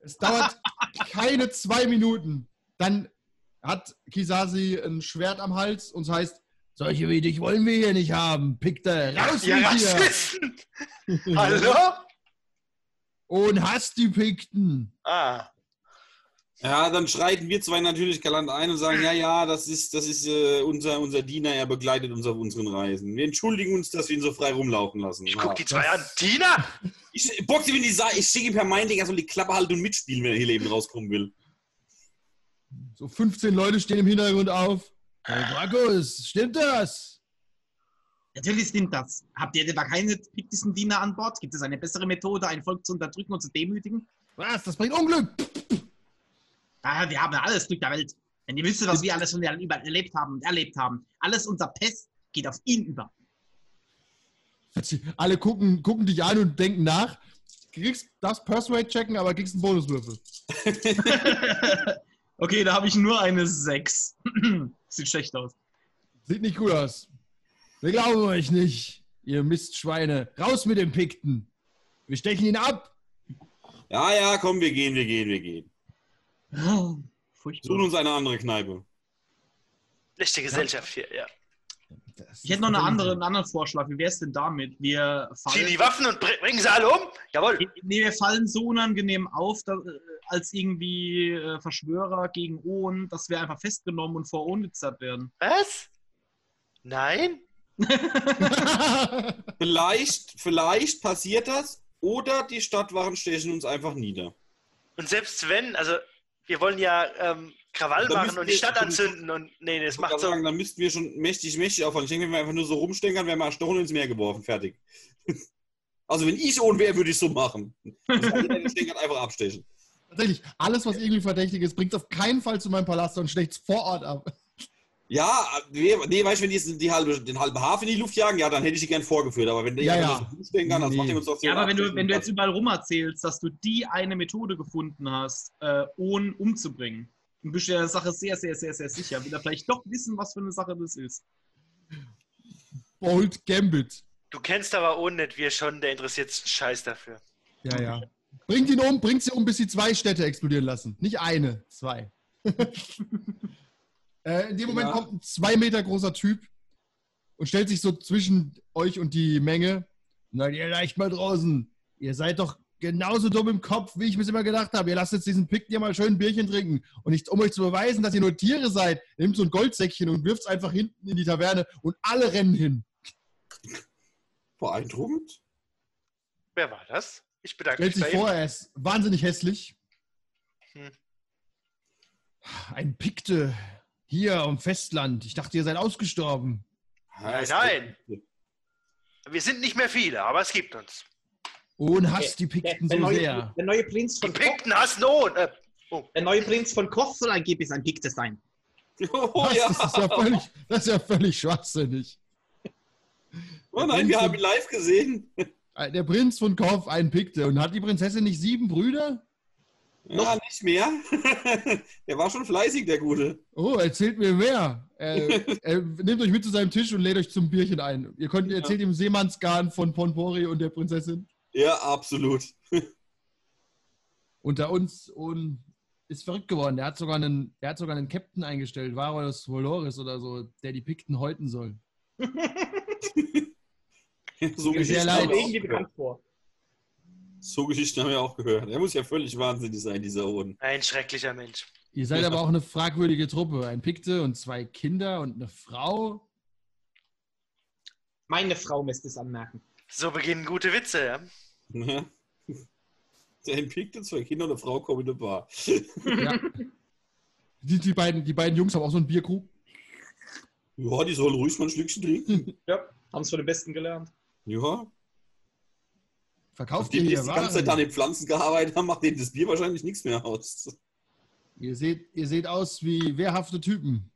Speaker 2: Es dauert keine zwei Minuten. Dann hat Kisasi ein Schwert am Hals und es heißt, solche wie dich wollen wir hier nicht haben. Pikte, raus
Speaker 3: Ihr
Speaker 2: mit dir.
Speaker 3: Rassisten! Hallo?
Speaker 2: Und hasst die Pikten.
Speaker 3: Ah,
Speaker 4: Ja, dann schreiten wir zwei natürlich galant ein und sagen, ja, ja, das ist, das ist äh, unser, unser Diener, er begleitet uns auf unseren Reisen. Wir entschuldigen uns, dass wir ihn so frei rumlaufen lassen.
Speaker 3: ich
Speaker 4: ja.
Speaker 3: guck die zwei
Speaker 2: das-
Speaker 3: an. Tina?
Speaker 4: ich boxe ihm in die Sa ich schicke ihm per Minding, er soll die Klappe halten und mitspielen, wenn er hier lebend rauskommen will.
Speaker 2: So 15 Leute stehen im Hintergrund auf. Hey, Markus, stimmt das?
Speaker 6: Natürlich stimmt das. Habt ihr etwa keine piktischen Diener an Bord? Gibt es eine bessere Methode, ein Volk zu unterdrücken und zu demütigen?
Speaker 2: Was? Das bringt Unglück.
Speaker 6: Ah, wir haben alles Glück der Welt. Wenn ihr wüsstet, was wir alles schon über- erlebt haben und erlebt haben. Alles unser Pest geht auf ihn über.
Speaker 2: Alle gucken, gucken dich an und denken nach. Kriegst, darfst Persuade checken, aber kriegst einen Bonuswürfel.
Speaker 6: okay, da habe ich nur eine 6. Sieht schlecht aus.
Speaker 2: Sieht nicht gut aus. Wir glauben euch nicht, ihr Mistschweine. Raus mit dem Pikten. Wir stechen ihn ab.
Speaker 4: Ja, ja, komm, wir gehen, wir gehen, wir gehen. Suchen
Speaker 6: Furchtbar.
Speaker 4: uns eine andere Kneipe.
Speaker 3: Schlechte Gesellschaft hier, ja.
Speaker 6: Ich hätte noch eine andere, einen anderen Vorschlag. Wie wäre es denn damit? Wir
Speaker 3: Zieh
Speaker 6: fallen,
Speaker 3: die Waffen und bring- bringen sie alle um? Jawohl.
Speaker 6: nee, wir fallen so unangenehm auf, da- äh, als irgendwie äh, Verschwörer gegen Ohren, dass wir einfach festgenommen und vor Ohren gezerrt werden.
Speaker 3: Was? Nein?
Speaker 4: Vielleicht, vielleicht passiert das oder die Stadtwachen stechen uns einfach nieder.
Speaker 3: Und selbst wenn, also, wir wollen ja ähm, Krawall
Speaker 4: Da
Speaker 3: machen
Speaker 4: müssen
Speaker 3: und die
Speaker 4: wir-
Speaker 3: Stadt anzünden und. Nee, nee, das
Speaker 4: Ich wollte
Speaker 3: macht
Speaker 4: gerade
Speaker 3: so.
Speaker 4: sagen, da müssten wir schon mächtig, mächtig aufhören. Ich denke, wenn wir einfach nur so rumstänkern, wären wir erstochen ins Meer geworfen. Fertig. Also, wenn ich ohne wäre, würde ich so machen. Also, jeder, der stänkert, einfach abstechen.
Speaker 2: Tatsächlich, alles, was irgendwie verdächtig ist, bringt auf keinen Fall zu meinem Palast und schlägt vor Ort ab.
Speaker 4: Ja, wir- nee, weißt du, wenn die jetzt die halbe, den halben Hafen in die Luft jagen, ja, dann hätte ich die gern vorgeführt. Aber wenn die
Speaker 2: Ja,
Speaker 4: einfach
Speaker 2: ja.
Speaker 4: nur so rumstänkern, dann
Speaker 2: Nee.
Speaker 4: macht ihr uns doch so
Speaker 6: Ja, aber wenn du,
Speaker 4: abstechen.
Speaker 6: wenn du jetzt überall rum erzählst, dass du die eine Methode gefunden hast, äh, Ohren umzubringen, dann bist du der Sache sehr, sehr, sehr, sehr sicher. Will er vielleicht doch wissen, was für eine Sache das ist.
Speaker 2: Bold Gambit.
Speaker 3: Du kennst aber ohne nicht wir schon, der interessiert sich einen Scheiß dafür.
Speaker 2: Ja, ja. Bringt ihn um, bringt sie um, bis sie zwei Städte explodieren lassen. Nicht eine, zwei. äh, in dem Moment
Speaker 4: Ja.
Speaker 2: kommt ein zwei Meter großer Typ und stellt sich so zwischen euch und die Menge. Na, ihr leicht mal draußen. Ihr seid doch genauso dumm im Kopf, wie ich mir's immer gedacht habe. Ihr lasst jetzt diesen Pick hier mal schön ein Bierchen trinken. Und nicht, um euch zu beweisen, dass ihr nur Tiere seid, nehmt so ein Goldsäckchen und wirft's einfach hinten in die Taverne und alle rennen hin.
Speaker 4: Beeindruckend?
Speaker 3: Wer war das? Ich bedanke
Speaker 2: Stellt
Speaker 3: mich
Speaker 2: sich
Speaker 3: bei
Speaker 2: vor,
Speaker 3: ihm.
Speaker 2: er ist wahnsinnig hässlich.
Speaker 3: Hm.
Speaker 2: Ein Pikte hier am Festland. Ich dachte, ihr seid ausgestorben.
Speaker 4: Ja, ist-
Speaker 3: nein. Wir sind nicht mehr viele, aber es gibt uns.
Speaker 2: Und hasst die Pikten
Speaker 5: der,
Speaker 2: so
Speaker 5: neue,
Speaker 2: sehr.
Speaker 5: der neue Prinz
Speaker 3: Die
Speaker 5: von Koch.
Speaker 3: Pinkten hassen Ohn. Äh,
Speaker 5: Der neue Prinz von Koch soll ein
Speaker 6: Gib es ein Pikte sein.
Speaker 4: Oh
Speaker 2: Was?
Speaker 4: ja.
Speaker 2: Das, ist ja völlig, das ist ja völlig schwachsinnig.
Speaker 4: Oh nein, wir haben ihn live gesehen.
Speaker 2: Der Prinz von Kauf, ein Pikte. Und hat die Prinzessin nicht sieben Brüder?
Speaker 4: Ja, nicht mehr. der war schon fleißig, der Gute.
Speaker 2: Oh, erzählt mir mehr. Äh, er nehmt euch mit zu seinem Tisch und lädt euch zum Bierchen ein. Ihr könnt, ihr erzählt ihm Seemannsgarn von Ponpori und der Prinzessin.
Speaker 4: Ja, absolut.
Speaker 2: unter uns und ist verrückt geworden. Der hat sogar einen, der hat sogar einen Captain eingestellt, Varus Voloris oder so, der die Pikten häuten soll.
Speaker 4: So
Speaker 2: Mir sehr
Speaker 4: Geschichten,
Speaker 2: leid.
Speaker 4: haben wir auch
Speaker 5: irgendwie
Speaker 4: gehört.
Speaker 5: bekannt vor.
Speaker 4: so Geschichten haben wir auch gehört. Er muss ja völlig wahnsinnig sein, dieser Oden.
Speaker 3: ein schrecklicher Mensch.
Speaker 2: Ihr seid aber auch eine fragwürdige Truppe. Ein Pikte und zwei Kinder und eine Frau.
Speaker 5: Meine Frau lässt es anmerken.
Speaker 3: So beginnen gute Witze. Ja?
Speaker 4: Ja. Der entpickte zwei Kinder und eine Frau kommen in eine Bar.
Speaker 2: Ja. Die, die, beiden, die beiden Jungs haben auch so einen Bierkrug.
Speaker 4: Ja, die sollen ruhig mal ein Schlückchen trinken.
Speaker 5: Ja, haben es von den Besten gelernt.
Speaker 4: Ja.
Speaker 2: Verkauft ihr
Speaker 4: Die, die
Speaker 2: hier
Speaker 4: die ganze Zeit an
Speaker 2: Waren?
Speaker 4: den Pflanzen gearbeitet haben, macht denen das Bier wahrscheinlich nichts mehr aus.
Speaker 2: Ihr seht, ihr seht aus wie wehrhafte Typen.